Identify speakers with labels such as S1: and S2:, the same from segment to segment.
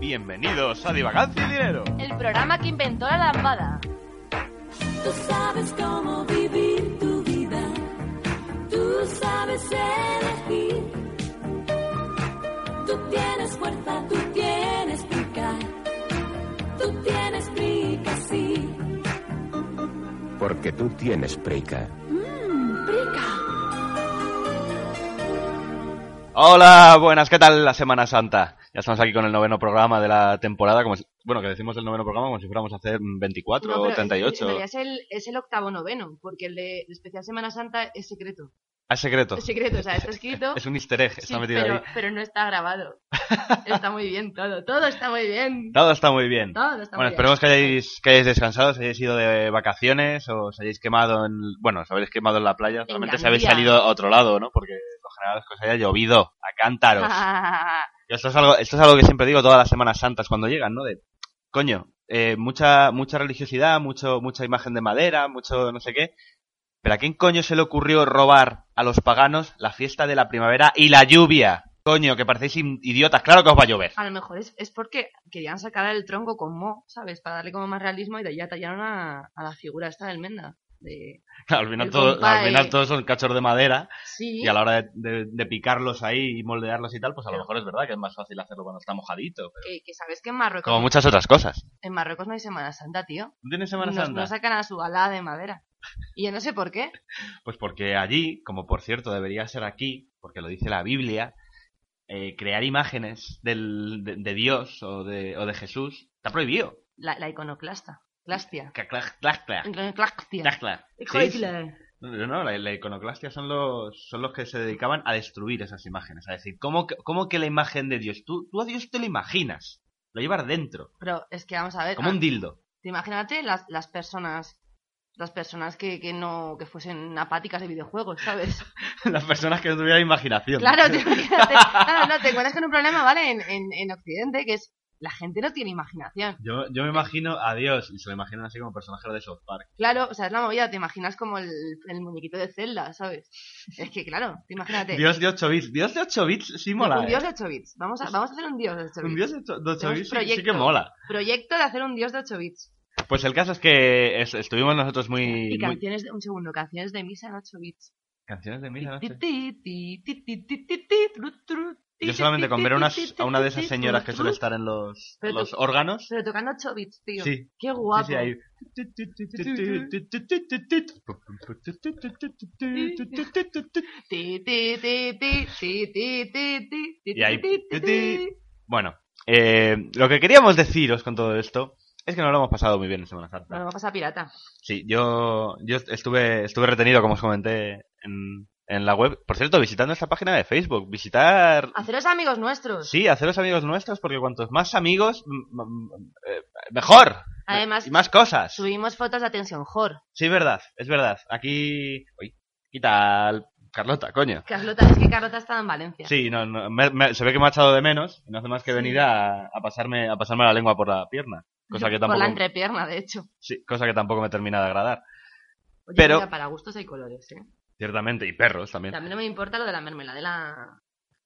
S1: Bienvenidos a Divagancia y Dinero.
S2: El programa que inventó la lambada.
S3: Tú sabes cómo vivir tu vida, tú sabes elegir. Tú tienes fuerza, tú tienes pica, tú tienes pica, sí.
S4: Porque tú tienes prica.
S3: Mmm, pica.
S1: Hola, buenas, ¿qué tal la Semana Santa? Ya estamos aquí con el noveno programa de la temporada. Como si- bueno, que decimos el noveno programa como si fuéramos a hacer 24
S2: No,
S1: o
S2: pero en- En
S1: 38.
S2: realidad es el, es el octavo noveno, porque el de el especial Semana Santa es secreto.
S1: Ah, es secreto.
S2: Es secreto, o sea, está escrito,
S1: Es un easter egg, está
S2: sí,
S1: metido
S2: pero,
S1: ahí.
S2: pero no está grabado. Está muy bien todo, todo está muy bien.
S1: Todo está muy bien.
S2: Todo
S1: Bueno,
S2: está muy bien.
S1: esperemos que hayáis, que hayáis descansado, os hayáis ido de vacaciones, o os hayáis quemado en... Bueno, os habéis quemado en la playa, solamente si habéis
S2: Gandía.
S1: salido a otro lado, ¿no? Porque lo general es que os haya llovido a cántaros. Yo Esto es algo, esto es algo que siempre digo todas las Semanas Santas cuando llegan, ¿no? De, coño, eh, mucha, mucha religiosidad, mucho, mucha imagen de madera, mucho no sé qué. Pero ¿a quién coño se le ocurrió robar a los paganos la fiesta de la primavera y la lluvia? Coño, que parecéis in- idiotas, claro que os va a llover.
S2: A lo mejor es, es porque querían sacar el tronco con Mo, ¿sabes? Para darle como más realismo y de ahí atallaron a, a la figura esta del Menda. De...
S1: Al final,
S2: Ah, El
S1: todo-
S2: compay.
S1: al final todos son cachos de madera
S2: Sí,
S1: y a la hora de, de- de picarlos ahí y moldearlos y tal, pues a lo
S2: Pero-
S1: mejor es verdad que es más fácil hacerlo cuando está mojadito. pero-
S2: que, que sabes que en Marruecos,
S1: Como muchas otras cosas.
S2: en Marruecos no hay Semana Santa, tío.
S1: ¿No tienes
S2: No,
S1: Semana Santa?
S2: no sacan a su ala de madera. Y yo no sé por qué.
S1: Pues porque allí, como por cierto debería ser aquí, porque lo dice la Biblia, eh, crear imágenes del- de, de Dios o de, o de Jesús está prohibido.
S2: La, la iconoclasta. Clastia.
S1: Cla- cla- cla- cla-
S2: Iconoclastia.
S1: cla- cla.
S2: Hijo
S1: Sí,
S2: de
S1: sí.
S2: Hitler.
S1: No, no, la, la iconoclastia son los, son los que se dedicaban a destruir esas imágenes. A decir, ¿cómo que, cómo que la imagen de Dios? Tú, tú a Dios te lo imaginas, lo llevas dentro,
S2: Pero es que vamos a ver. ah,
S1: como un dildo.
S2: te imagínate las, las personas las personas que, que no que fuesen apáticas de videojuegos, ¿sabes?
S1: Las personas que no tuvieran imaginación.
S2: Claro, te imagínate. Claro, no, te encuentras con un problema, ¿vale? En, en, en Occidente, que es la gente no tiene imaginación.
S1: Yo, yo me imagino a Dios, y se lo imaginan así como personaje de South Park.
S2: Claro, o sea, es la movida, te imaginas como el, el muñequito de Zelda, ¿sabes? Es que, claro, te imagínate.
S1: Dios de 8 bits. Dios de 8 bits sí mola.
S2: un
S1: eh.
S2: dios de 8 bits. Vamos a, vamos a hacer un dios de 8 bits.
S1: Un dios de ocho- de ocho
S2: Tenemos
S1: bits sí- sí, que
S2: proyecto.
S1: mola.
S2: Proyecto de hacer un dios de 8 bits.
S1: Pues el caso es que es- estuvimos nosotros muy...
S2: Y
S1: muy-
S2: canciones, de, un segundo, canciones de misa en 8 bits.
S1: Canciones de misa,
S2: Ti,
S1: noche.
S2: ti, ti, ti, ti, ti, ti, ti, tru, tru, ti,
S1: Yo solamente
S2: ti,
S1: con
S2: ti,
S1: ver a,
S2: ti,
S1: unas-
S2: ti, ti,
S1: a una de esas
S2: ti,
S1: señoras que
S2: tru,
S1: suele
S2: tru,
S1: estar en los,
S2: Pero
S1: los
S2: tú-
S1: órganos.
S2: Pero tocando 8 bits, tío.
S1: Sí.
S2: Qué guapo.
S1: Sí, sí, ahí.
S2: Ti, ti, ti, ti, ti, ti, ti, ti, ti,
S1: Y ahí,
S2: ti, ti, ti, ti.
S1: Bueno, eh, lo que queríamos deciros con todo esto es que nos lo hemos pasado muy bien en Semana Santa.
S2: Bueno, vamos a pirata.
S1: Sí, yo, yo estuve, estuve retenido, como os comenté, en, en la web. Por cierto, visitando esta página de Facebook. Visitar...
S2: Haceros amigos nuestros.
S1: Sí, haceros amigos nuestros, porque cuantos más amigos, m- m- m- eh, mejor.
S2: Además-
S1: Y más cosas.
S2: Subimos fotos de atención, Jor.
S1: Sí, es verdad, es verdad. Aquí... Uy, ¿qué tal? Carlota, coño.
S2: Carlota, es que Carlota estaba en Valencia.
S1: Sí, no, no, me- me- se ve que me ha echado de menos. y No hace más que venir a, a pasarme, a pasarme la lengua por la pierna. Cosa que
S2: Por
S1: tampoco,
S2: la entrepierna, de hecho.
S1: sí, cosa que tampoco me termina de agradar.
S2: Oye,
S1: Pero-
S2: mira, para gustos hay colores, ¿eh?
S1: Ciertamente, y perros también.
S2: También no me importa lo de la mermelada de la...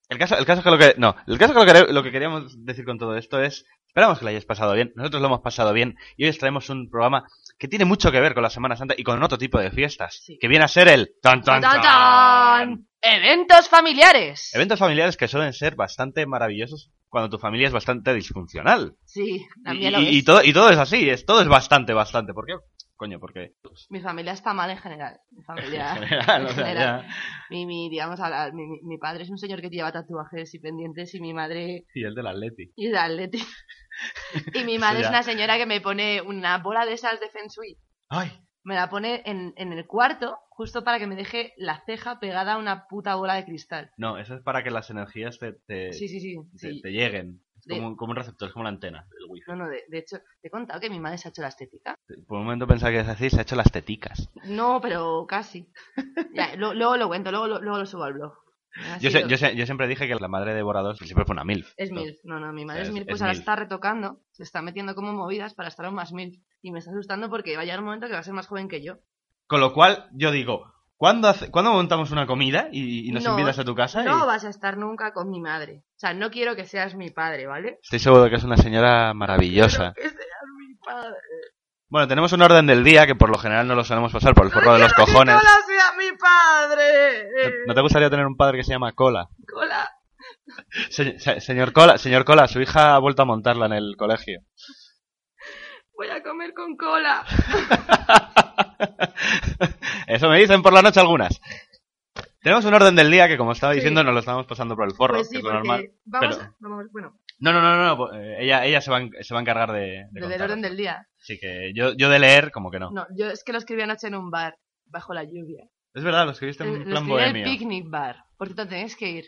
S1: El caso, el caso es que lo que. No, el caso es que lo que, lo que queríamos decir con todo esto es. Esperamos que lo hayáis pasado bien. Nosotros lo hemos pasado bien. Y hoy os traemos un programa que tiene mucho que ver con la Semana Santa y con otro tipo de fiestas.
S2: Sí.
S1: Que viene a ser el. ¡Tan, tan,
S2: ¡Tan,
S1: tan!
S2: tan! ¡Eventos familiares!
S1: Eventos familiares que suelen ser bastante maravillosos cuando tu familia es bastante disfuncional.
S2: Sí,
S1: Y,
S2: también lo
S1: y- y
S2: es.
S1: todo, y todo es así. Es, todo es bastante, bastante. ¿Por qué? Coño, porque.
S2: Mi familia está mal en general. Mi
S1: En
S2: familia...
S1: general, o sea,
S2: general.
S1: ya-
S2: mi, mi, digamos, a la- mi, mi- mi padre es un señor que lleva tatuajes y pendientes y mi madre...
S1: Y el del Atleti.
S2: Y de atleti. y mi madre
S1: Eso ya.
S2: es una señora que me pone una bola de esas de Feng Shui.
S1: ¡Ay!
S2: Me la pone en, en el cuarto justo para que me deje la ceja pegada a una puta bola de cristal.
S1: No, eso es para que las energías te, te,
S2: Sí, sí, sí.
S1: te-
S2: sí.
S1: te lleguen. Es
S2: De-
S1: Como, un- como un receptor, es como una antena del wifi.
S2: No, no, de, de hecho, te he contado que mi madre se ha hecho la estética.
S1: Por un momento pensaba que es así, se ha hecho las teticas.
S2: No, pero casi. Ya, lo- luego lo cuento, luego, lo- luego lo subo al blog. Ha
S1: Yo,
S2: sido-
S1: sé- yo, sé- yo siempre dije que la madre de Borador siempre fue una MILF.
S2: Es mil. No, no, mi madre
S1: O sea,
S2: es
S1: es-
S2: mil, pues
S1: es
S2: ahora
S1: MILF.
S2: está retocando. Se está metiendo como movidas para estar aún más mil. Y me está asustando porque va a llegar un momento que va a ser más joven que yo.
S1: Con lo cual, yo digo, ¿Cuándo, hace- cuándo montamos una comida y, y nos
S2: No,
S1: invitas a tu casa?
S2: No
S1: y-
S2: vas a estar nunca con mi madre. O sea, no quiero que seas mi padre, ¿vale?
S1: Estoy seguro que es una señora maravillosa.
S2: Que seas mi padre.
S1: Bueno, tenemos un orden del día que por lo general no lo solemos pasar por el forro de los
S2: ¡Quiero que
S1: cojones.
S2: Cola sea mi padre.
S1: ¿No te gustaría tener un padre que se llama Cola?
S2: Cola.
S1: Se- se- señor Cola, señor Cola, su hija ha vuelto a montarla en el colegio.
S2: Voy a comer con cola.
S1: Eso me dicen por la noche algunas. Tenemos un orden del día que, como estaba
S2: Sí.
S1: diciendo, nos lo estamos pasando por el forro,
S2: Pues sí,
S1: que es lo
S2: porque
S1: normal.
S2: Vamos,
S1: pero-
S2: a- vamos, bueno,
S1: No, no, no, no, no, po- eh, ella, ella se, va, en- se va a encargar de, de
S2: lo del
S1: contar.
S2: orden del día.
S1: Así que yo, yo de leer, como que no.
S2: No, yo es que lo escribí anoche en un bar, bajo la lluvia.
S1: Este Es verdad, lo escribiste en
S2: Eh, Lo
S1: plan
S2: escribí en el
S1: bohemio.
S2: picnic bar. Por tanto, tenéis que ir.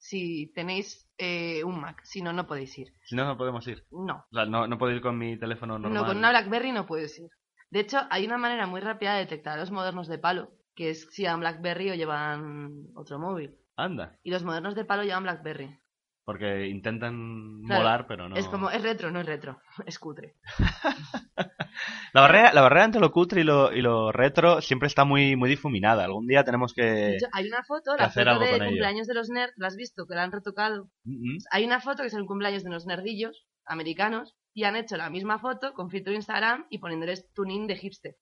S2: Si tenéis eh, un Mac, si no, no podéis ir.
S1: Si no, no podemos ir.
S2: No,
S1: O sea, no, no puedo ir con mi teléfono normal.
S2: no con una BlackBerry no puedes ir. De hecho, hay una manera muy rápida de detectar a los modernos de palo, que es si llevan BlackBerry o llevan otro móvil.
S1: Anda,
S2: Y los modernos de palo llevan BlackBerry.
S1: porque intentan
S2: Claro,
S1: volar, pero no...
S2: Es como, es retro, no es retro, es cutre.
S1: La barrera, la barrera entre lo cutre y lo, y lo retro siempre está muy, muy difuminada. Algún día tenemos que...
S2: Yo- hay una foto,
S1: Eh, que
S2: la
S1: hacer
S2: foto
S1: algo
S2: de
S1: con ello.
S2: cumpleaños de los nerds, ¿la has visto? Que la han retocado.
S1: Mm, mm.
S2: Hay una foto que es el cumpleaños de unos nerdillos americanos y han hecho la misma foto con filtro de Instagram y poniéndoles tuning de hipster.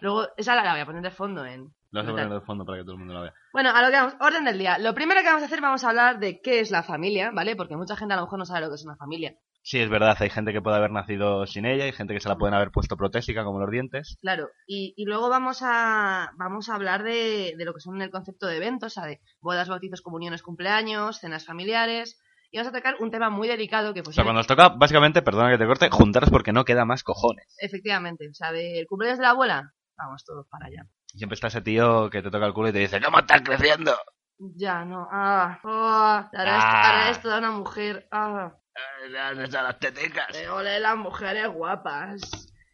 S2: Luego, esa la, la voy a poner de fondo en...
S1: Lo vas a
S2: Brutal.
S1: poner de fondo para que todo el mundo lo vea.
S2: Bueno, a lo que vamos, orden del día. Lo primero que vamos a hacer, vamos a hablar de qué es la familia, ¿vale? Porque mucha gente a lo mejor no sabe lo que es una familia.
S1: Sí, es verdad, hay gente que puede haber nacido sin ella, hay gente que se la pueden haber puesto protésica como los dientes.
S2: Claro, y, y luego vamos a, vamos a hablar de, de lo que son el concepto de eventos, o sea, de bodas, bautizos, comuniones, cumpleaños, cenas familiares. Y vamos a tocar un tema muy delicado que,
S1: O
S2: pues,
S1: sea, cuando os toca, básicamente, perdona que te corte, juntaros porque no queda más cojones.
S2: efectivamente, o sea, del cumpleaños de la abuela, vamos todos para allá.
S1: Siempre está ese tío que te toca el culo y te dice, ¿cómo estás creciendo?
S2: Ya, no, ah, ah, ahora, esto,
S1: Ah.
S2: ahora esto da una mujer, ah,
S1: "Ay, dale a las teticas.
S2: eh, ole las mujeres guapas.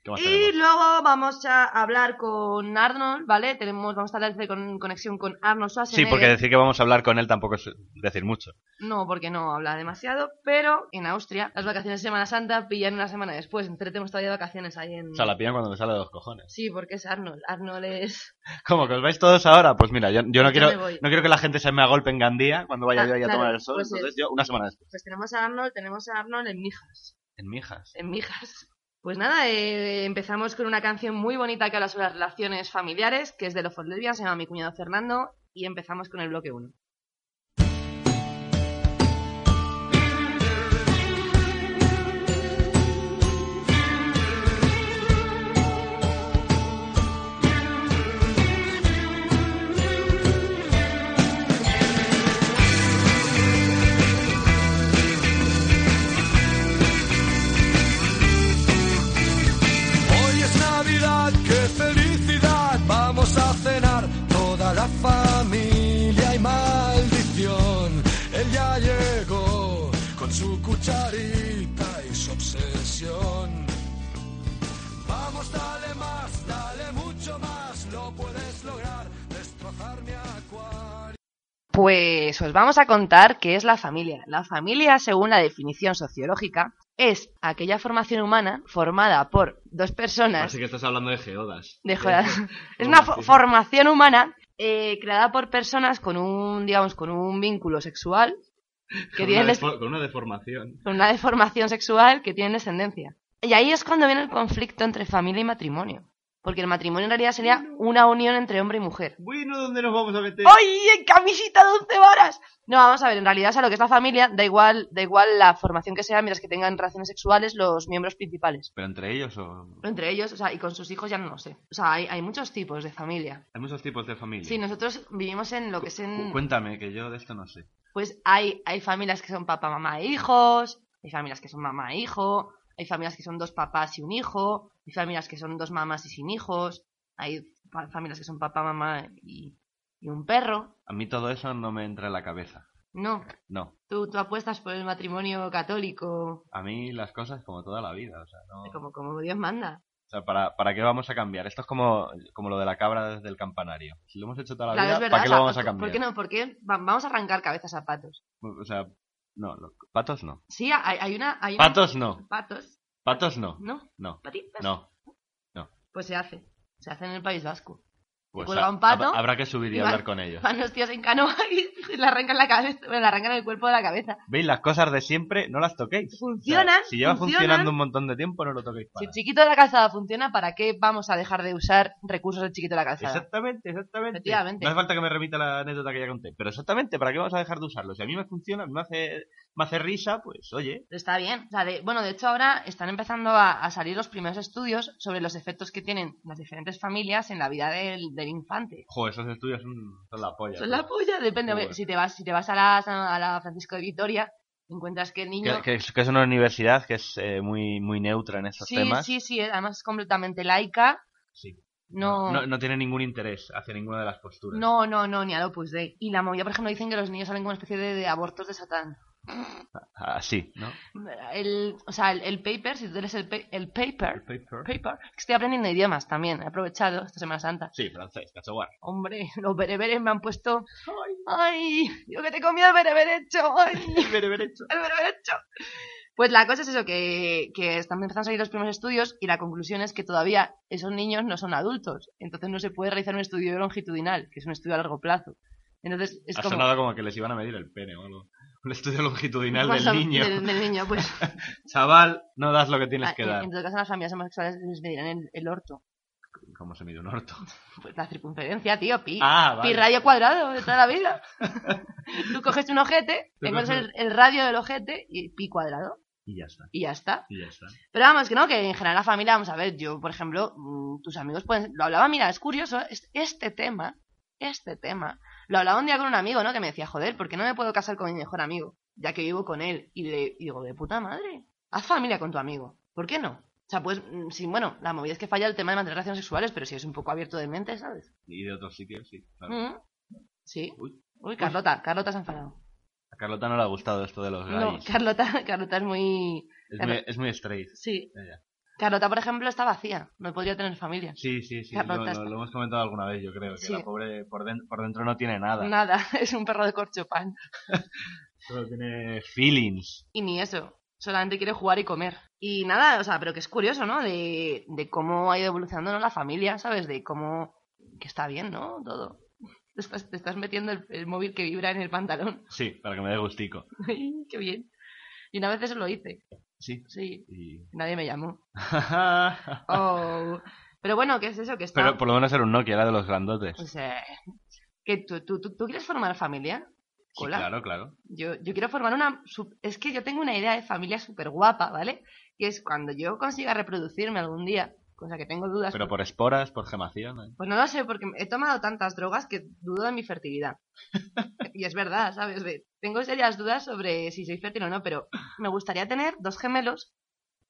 S1: ¿Qué más
S2: Y
S1: tenemos?
S2: luego vamos a hablar con Arnold, ¿vale? Tenemos, vamos a hablar de con, conexión con Arnold
S1: Sí,
S2: Schwarzenegger.
S1: porque decir que vamos a hablar con él tampoco es decir mucho.
S2: No, porque no habla demasiado, pero en Austria las vacaciones de Semana Santa pillan una semana después. Entonces tenemos todavía vacaciones ahí en...
S1: O sea, la pillan cuando me sale de los cojones.
S2: Sí, porque es Arnold. Arnold es...
S1: Como que os vais todos ahora, pues mira, yo, yo no
S2: Yo
S1: quiero
S2: me voy.
S1: no quiero que la gente se me agolpe en Gandía cuando vaya
S2: Ah,
S1: yo ahí a
S2: claro,
S1: tomar el sol.
S2: pues sí.
S1: entonces yo, una semana después.
S2: Pues tenemos a Arnold, tenemos a Arnold en Mijas.
S1: En Mijas.
S2: En Mijas. Pues nada, eh, empezamos con una canción muy bonita que habla sobre las relaciones familiares, que es de los Four Lesbians, se llama Mi cuñado Fernando, y empezamos con el bloque 1.
S5: Hoy es Navidad, qué felicidad, vamos a cenar toda la familia y maldición. Él ya llegó con su cucharita y su obsesión. Vamos, dale más, dale mucho más, lo puedes lograr, destrozar mi acuario.
S2: Pues os vamos a contar qué es la familia. La familia, según la definición sociológica, es aquella formación humana formada por dos personas.
S1: Así que estás hablando de geodas.
S2: de jodas. Es una fo-
S1: Ah, sí.
S2: formación humana eh, creada por personas con un, digamos, con un vínculo sexual, que
S1: Con
S2: tienen
S1: una
S2: des-
S1: defo- con una deformación.
S2: con una deformación sexual, que tienen descendencia. Y ahí es cuando viene el conflicto entre familia y matrimonio. Porque el matrimonio en realidad sería una unión entre hombre y mujer.
S1: Bueno, ¿dónde nos vamos a
S2: ¡Oh!
S1: meter?
S2: ¡Ay, en camisita de 11 varas! No, vamos a ver, en realidad, o sea, lo que es la familia, da igual, da igual la formación que sea, mientras que tengan relaciones sexuales los miembros principales.
S1: Pero entre ellos o...
S2: Pero entre ellos, o sea, y con sus hijos ya no lo sé. O sea, hay, hay muchos tipos de familia.
S1: Hay muchos tipos de familia.
S2: Sí, mm. nosotros vivimos en lo que es
S1: Cu-
S2: en...
S1: Cuéntame, que yo de esto no sé.
S2: Pues hay, hay familias que son papá, mamá e hijos, hay familias que son mamá e hijo, hay familias que son dos papás y un hijo, hay familias que son dos mamás y sin hijos, hay fa- familias que son papá, mamá y, y un perro.
S1: A mí todo eso no me entra en la cabeza.
S2: No,
S1: No.
S2: tú, tú apuestas por el matrimonio católico,
S1: A mí las cosas como toda la vida. O sea, no- o
S2: como, como Dios manda.
S1: sea, ¿para, ¿para qué vamos a cambiar? Esto es como, como lo de la cabra desde el campanario. Si lo hemos hecho toda la
S2: Claro,
S1: vida,
S2: es verdad.
S1: ¿para qué lo
S2: o
S1: vamos
S2: sea,
S1: a cambiar?
S2: ¿Por qué no? ¿Por qué va- vamos a arrancar cabezas a patos?
S1: O sea, no, los patos no.
S2: Sí, hay, hay una... Hay una-
S1: Patos no.
S2: Patos,
S1: Patos no.
S2: ¿no? Pues
S1: No,
S2: Patitas.
S1: no.
S2: Pues se hace. Se hace en el País Vasco.
S1: Pues
S2: cuelga
S1: ha-
S2: un pato
S1: hab- Habrá que subir y,
S2: y va-
S1: hablar con ellos.
S2: Van los tíos en canoa y le arrancan la cabeza, bueno, le arrancan el cuerpo de la cabeza.
S1: ¿Veis? Las cosas de siempre no las toquéis. O sea,
S2: Funcionan.
S1: si lleva
S2: funcionan.
S1: funcionando un montón de tiempo, no lo toquéis.
S2: Si
S1: para
S2: el chiquito de la calzada funciona, ¿para qué vamos a dejar de usar recursos del chiquito de la
S1: nada.
S2: calzada?
S1: Exactamente, exactamente.
S2: Efectivamente.
S1: No hace falta que me remita la anécdota que ya conté. Pero exactamente, ¿para qué vamos a dejar de usarlo? Si a mí me funciona, me hace, me hace risa, pues oye.
S2: Está bien. O sea, de- bueno, de hecho ahora están empezando a, a salir los primeros estudios sobre los efectos que tienen las diferentes familias en la vida del, del infante.
S1: Jo, esos estudios son, son la polla. pues.
S2: Son
S1: tío.
S2: la polla, depende.
S1: Muy
S2: Oye,
S1: bueno.
S2: Si te vas, si te vas a la, a la Francisco de Vitoria, encuentras que el niño...
S1: Que, que es, que es una universidad que es eh, muy, muy neutra en esos
S2: sí,
S1: temas.
S2: sí, sí, además es completamente laica.
S1: Sí.
S2: No,
S1: no, no tiene ningún interés hacia ninguna de las posturas.
S2: No, no, no, ni al Opus Dei. Y la movida, por ejemplo, dicen que los niños salen como una especie de, de abortos de Satán.
S1: Así, ¿no?
S2: El, o sea, el, el paper, si tú lees el, pa- el paper,
S1: Paper.
S2: paper, que estoy aprendiendo idiomas también, he aprovechado esta Semana Santa.
S1: Sí, francés, cachogar.
S2: Hombre, los bereberes me han puesto... ¡Ay! Yo que te comí el bereberecho, ¡ay! el berberecho. Pues la cosa es eso, que, que están empezando a salir los primeros estudios y la conclusión es que todavía esos niños no son adultos. Entonces no se puede realizar un estudio longitudinal, que es un estudio a largo plazo. Entonces es
S1: Ha
S2: como...
S1: sonado como que les iban a medir el pene o algo. Un estudio longitudinal
S2: Más
S1: del
S2: o-
S1: niño.
S2: Del, del niño, pues.
S1: Chaval, no das lo que tienes
S2: Ah,
S1: que
S2: en-
S1: dar.
S2: En todo caso, a las familias homosexuales les medirán el, el orto.
S1: ¿Cómo se mide un orto?
S2: Pues la circunferencia, tío, pi.
S1: Ah,
S2: Pi
S1: vale.
S2: radio cuadrado de toda la vida. Tú coges un ojete,
S1: Tú
S2: encuentras
S1: coges-
S2: el, el radio del ojete y pi cuadrado.
S1: Y ya está.
S2: Y ya está.
S1: Y ya está.
S2: Pero vamos, que no, que en general la familia, vamos a ver, yo, por ejemplo, mm, tus amigos pueden... Lo hablaba, mira, es curioso, es- este tema, este tema, lo hablaba un día con un amigo, ¿no? Que me decía, joder, ¿por qué no me puedo casar con mi mejor amigo? Ya que vivo con él. Y le y digo, de puta madre, haz familia con tu amigo. ¿Por qué no? O sea, pues, mm, sí, bueno, la movida es que falla el tema de mantener relaciones sexuales, pero si es un poco abierto de mente, ¿sabes?
S1: Y de otros sitios, sí. claro.
S2: Mm. Sí.
S1: Uy.
S2: Uy, Carlota, Carlota se ha enfadado.
S1: A Carlota no le ha gustado esto de los
S2: No,
S1: gays.
S2: Carlota, Carlota es muy...
S1: es,
S2: Carlo-
S1: muy, es muy straight.
S2: Sí.
S1: Ya, ya.
S2: Carlota, por ejemplo, está vacía, no podría tener familia.
S1: Sí, sí, sí.
S2: Carlota
S1: lo- lo,
S2: está-
S1: lo hemos comentado alguna vez, yo creo. Que
S2: Sí.
S1: la pobre por, den- por dentro no tiene nada.
S2: Nada, es un perro de corchopan.
S1: Solo tiene feelings.
S2: Y ni eso, solamente quiere jugar y comer. Y nada, o sea, pero que es curioso, ¿no? De, de cómo ha ido evolucionando ¿no? la familia, ¿sabes? De cómo... que está bien, ¿no? Todo. Te estás, te estás metiendo el, el móvil que vibra en el pantalón.
S1: Sí, para que me dé gustico.
S2: Ay, ¡Qué bien! Y una vez eso lo hice,
S1: Sí.
S2: sí.
S1: Y...
S2: Nadie me llamó. Oh. Pero bueno, ¿qué es eso? Que está...
S1: Pero por lo menos era un Nokia, era de los grandotes.
S2: O sea, que tú, tú, tú, tú quieres formar familia.
S1: Sí,
S2: Hola.
S1: claro, claro.
S2: Yo, yo quiero formar una... sup- Es que yo tengo una idea de familia súper guapa, ¿vale? Que es cuando yo consiga reproducirme algún día, cosa que tengo dudas.
S1: Pero por esporas, por gemación. ¿eh?
S2: Pues no lo sé, porque he tomado tantas drogas que dudo de mi fertilidad. y es verdad, ¿sabes? De- Tengo serias dudas sobre si soy fértil o no, pero me gustaría tener dos gemelos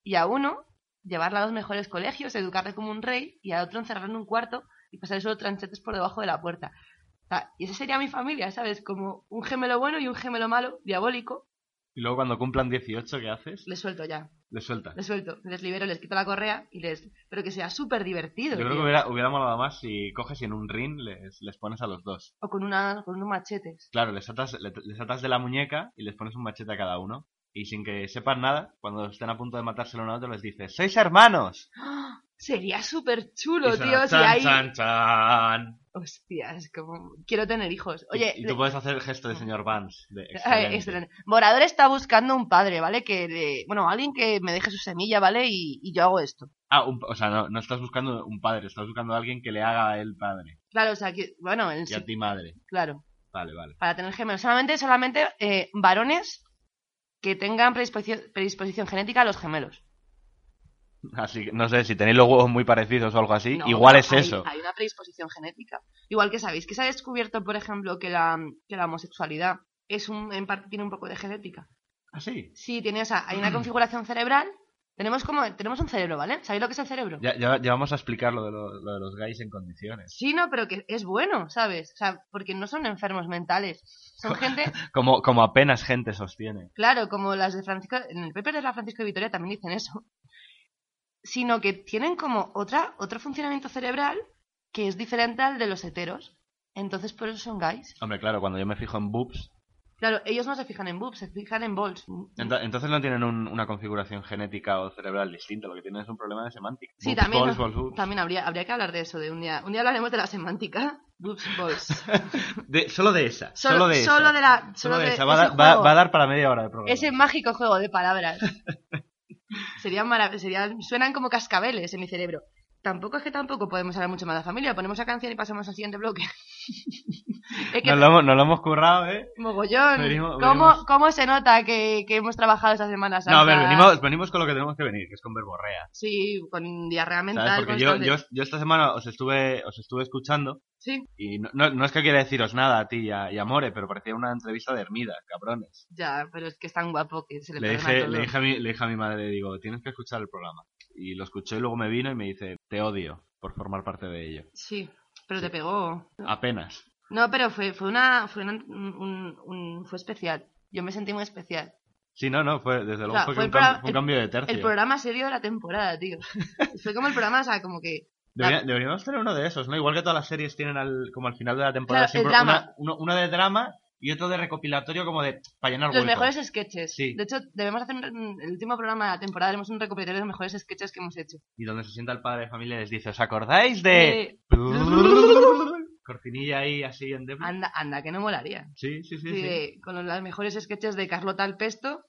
S2: y a uno llevarla a los mejores colegios, educarle como un rey y al otro encerrarlo en un cuarto y pasar solo tranchetes por debajo de la puerta. O sea, y esa sería mi familia, ¿sabes? Como un gemelo bueno y un gemelo malo, diabólico,
S1: Y luego cuando cumplan 18, ¿qué haces?
S2: Les suelto ya,
S1: Le sueltas.
S2: les suelto, les libero, les quito la correa y les... Pero que sea súper divertido.
S1: Yo creo
S2: tío.
S1: que hubiera, hubiera molado más si coges y en un ring les, les pones a los dos.
S2: O con, una, con unos machetes.
S1: Claro, les atas, le- les atas de la muñeca y les pones un machete a cada uno. Y sin que sepan nada, cuando estén a punto de matárselo a uno a otro, les dices ¡Sois hermanos!
S2: ¡Ah! Sería súper
S1: Y
S2: chulo,
S1: suena
S2: tío, si
S1: chan,
S2: hay...
S1: chan, chan.
S2: Hostia, es como... Quiero tener hijos. Oye...
S1: y, y tú puedes hacer el gesto de señor Vance. De
S2: Ay,
S1: excelente.
S2: excelente. Morador está buscando un padre, ¿vale? Que le- Bueno, alguien que me deje su semilla, ¿vale? Y, y yo hago esto.
S1: Ah, un- o sea, no, no estás buscando un padre, estás buscando a alguien que le haga a él padre.
S2: Claro, o sea, que... Bueno, en
S1: Y
S2: sí,
S1: a ti madre.
S2: claro.
S1: Vale, vale.
S2: Para tener gemelos. Solamente, solamente eh, varones que tengan predisposición, predisposición genética a los gemelos.
S1: Así que no sé, si tenéis los huevos muy parecidos o algo así,
S2: No,
S1: igual
S2: no,
S1: es
S2: hay-
S1: eso.
S2: Hay una predisposición genética. Igual que sabéis que se ha descubierto, por ejemplo, que la, que la homosexualidad es un, en parte tiene un poco de genética.
S1: Así.
S2: Sí, tiene, o sea, hay
S1: Mm.
S2: una configuración cerebral. Tenemos como tenemos un cerebro, ¿vale? ¿Sabéis lo que es el cerebro?
S1: Ya, ya, ya vamos a explicar lo de, lo- lo de los gays en condiciones.
S2: Sí, no, pero que es bueno, ¿sabes? O sea, porque no son enfermos mentales. Son gente,
S1: Como, como apenas gente sostiene.
S2: claro, como las de Francisco, en el paper de la Francisco de Vitoria también dicen eso. Sino que tienen como otra, otro funcionamiento cerebral que es diferente al de los heteros. Entonces por eso son gays.
S1: Hombre, claro, cuando yo me fijo en boobs,
S2: Claro, ellos no se fijan en boobs, se fijan en balls.
S1: Ento- Entonces no tienen un- una configuración genética o cerebral distinta, lo que tienen es un problema de semántica.
S2: Sí,
S1: Boobs,
S2: también,
S1: balls,
S2: no-
S1: balls, boobs.
S2: también habría, habría que hablar de eso de un día. Un día hablaremos de la semántica. Boobs, balls.
S1: De- solo de esa. Solo,
S2: Solo,
S1: de esa.
S2: solo de la. Solo,
S1: Solo de
S2: de
S1: esa. Va, a
S2: ese
S1: dar- va-
S2: juego.
S1: va a dar para media hora de programa.
S2: Ese mágico juego de palabras. serían marav- serían, suenan como cascabeles en mi cerebro. Tampoco es que tampoco podemos hablar mucho más de la familia. Ponemos la canción y pasamos al siguiente bloque. es que
S1: Nos lo, hemos- nos lo hemos currado, ¿eh?
S2: mogollón.
S1: Venimos-
S2: ¿Cómo,
S1: venimos.
S2: cómo se nota que, que hemos trabajado esta semana?
S1: No, a ver,
S2: Santa?
S1: venimos, venimos con lo que tenemos que venir, que es con verborrea.
S2: Sí, con diarrea mental.
S1: ¿Sabes? Porque yo,
S2: constante.
S1: yo, yo esta semana os estuve, os estuve escuchando
S2: Sí,
S1: y no, no, no es que quiera deciros nada a ti y a, y a More, pero parecía una entrevista de Hermida, cabrones.
S2: ya, pero es que es tan guapo que se le,
S1: Le
S2: perdona
S1: dije,
S2: todo.
S1: le, dije a mi, le dije a mi madre, digo, tienes que escuchar el programa. Y lo escuchó y luego me vino y me dice, te odio por formar parte de ello.
S2: Sí, pero
S1: Sí.
S2: te pegó.
S1: Apenas.
S2: No, pero fue, fue una. Fue, una- un- un- un- fue especial. Yo me sentí muy especial.
S1: Sí, no, no, fue, desde luego
S2: sea,
S1: fue,
S2: fue
S1: que un,
S2: el programa-
S1: cam- fue un
S2: el-
S1: cambio de tercio.
S2: El programa serio de la temporada, tío. Fue como el programa, o sea, como que.
S1: Debería- deberíamos tener uno de esos, ¿no? Igual que todas las series tienen al, como al final de la temporada
S2: Claro,
S1: siempre
S2: el
S1: una,
S2: drama.
S1: uno, uno de drama y otro de recopilatorio como de para llenar
S2: Los
S1: huecos.
S2: mejores sketches.
S1: Sí.
S2: De hecho, debemos hacer un- el último programa de la temporada, haremos un recopilatorio de los mejores sketches que hemos hecho.
S1: Y donde se sienta el padre de familia y les dice, ¿os acordáis de...?
S2: Eh,
S1: Cortinilla ahí así en depth.
S2: anda, anda, que no molaría.
S1: Sí, sí, sí,
S2: Sí,
S1: sí.
S2: de- Con los, los mejores sketches de Carlota al Pesto,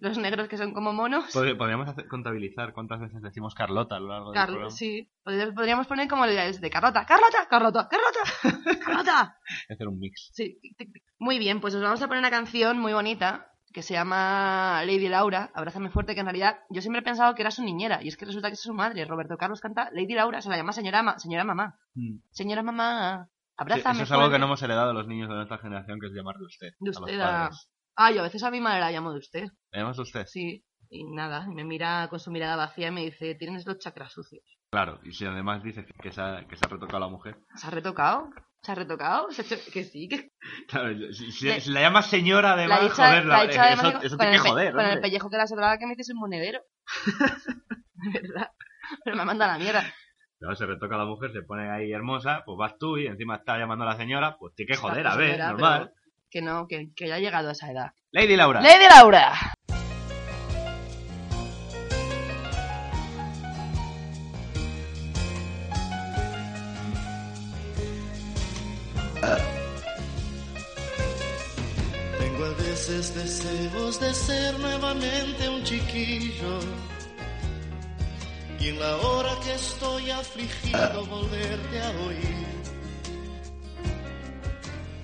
S2: los negros que son como monos.
S1: Pod- Podríamos hacer- contabilizar cuántas veces decimos Carlota a lo largo del
S2: Carl-
S1: programa.
S2: sí, Podría- podríamos poner como el de Carlota, Carlota, Carlota, Carlota, Carlota.
S1: Hacer un mix.
S2: Sí, tic, tic, tic. Muy bien, pues os vamos a poner una canción muy bonita que se llama Lady Laura, Abrázame Fuerte, que en realidad yo siempre he pensado que era su niñera y es que resulta que es su madre. Roberto Carlos canta Lady Laura, se la llama señora, ma- señora mamá.
S1: Mm.
S2: Señora mamá,
S1: Sí,
S2: abrázame
S1: eso es algo
S2: fuerte.
S1: que no hemos heredado a los niños de nuestra generación, que es llamarle usted. a
S2: De
S1: los
S2: usted a-
S1: padres.
S2: Ah, yo a veces a mi madre la llamo de usted,
S1: ¿Le llamas usted?
S2: sí. Y nada, y me mira con su mirada vacía y me dice, tienes los chakras sucios.
S1: Claro, y si además dice que se ha, que se ha retocado la mujer.
S2: ¿Se ha retocado? ¿Se ha retocado? ¿Se ha hecho- Que sí, que
S1: Claro, yo- si, si-
S2: Le-
S1: si la llamas señora, además,
S2: la he dicho-
S1: joder,
S2: la
S1: la-
S2: he dicho
S1: eh, eso-
S2: además
S1: eso,
S2: con- con
S1: tiene
S2: el
S1: que
S2: pe-
S1: joder,
S2: Con el
S1: hombre.
S2: pellejo que la sobraba que metes un monedero. De verdad. Pero me manda a la mierda.
S1: Claro, se retoca la mujer, se pone ahí hermosa, pues vas tú y encima está llamando a la señora, pues tiene que joder, a
S2: Esta
S1: ver,
S2: señora,
S1: normal.
S2: pero Que no, que, que ya ha llegado a esa edad.
S1: Lady Laura.
S2: ¡Lady Laura!
S6: Tengo a veces deseos de ser nuevamente un chiquillo. Y en la hora que estoy afligido volverte a oír.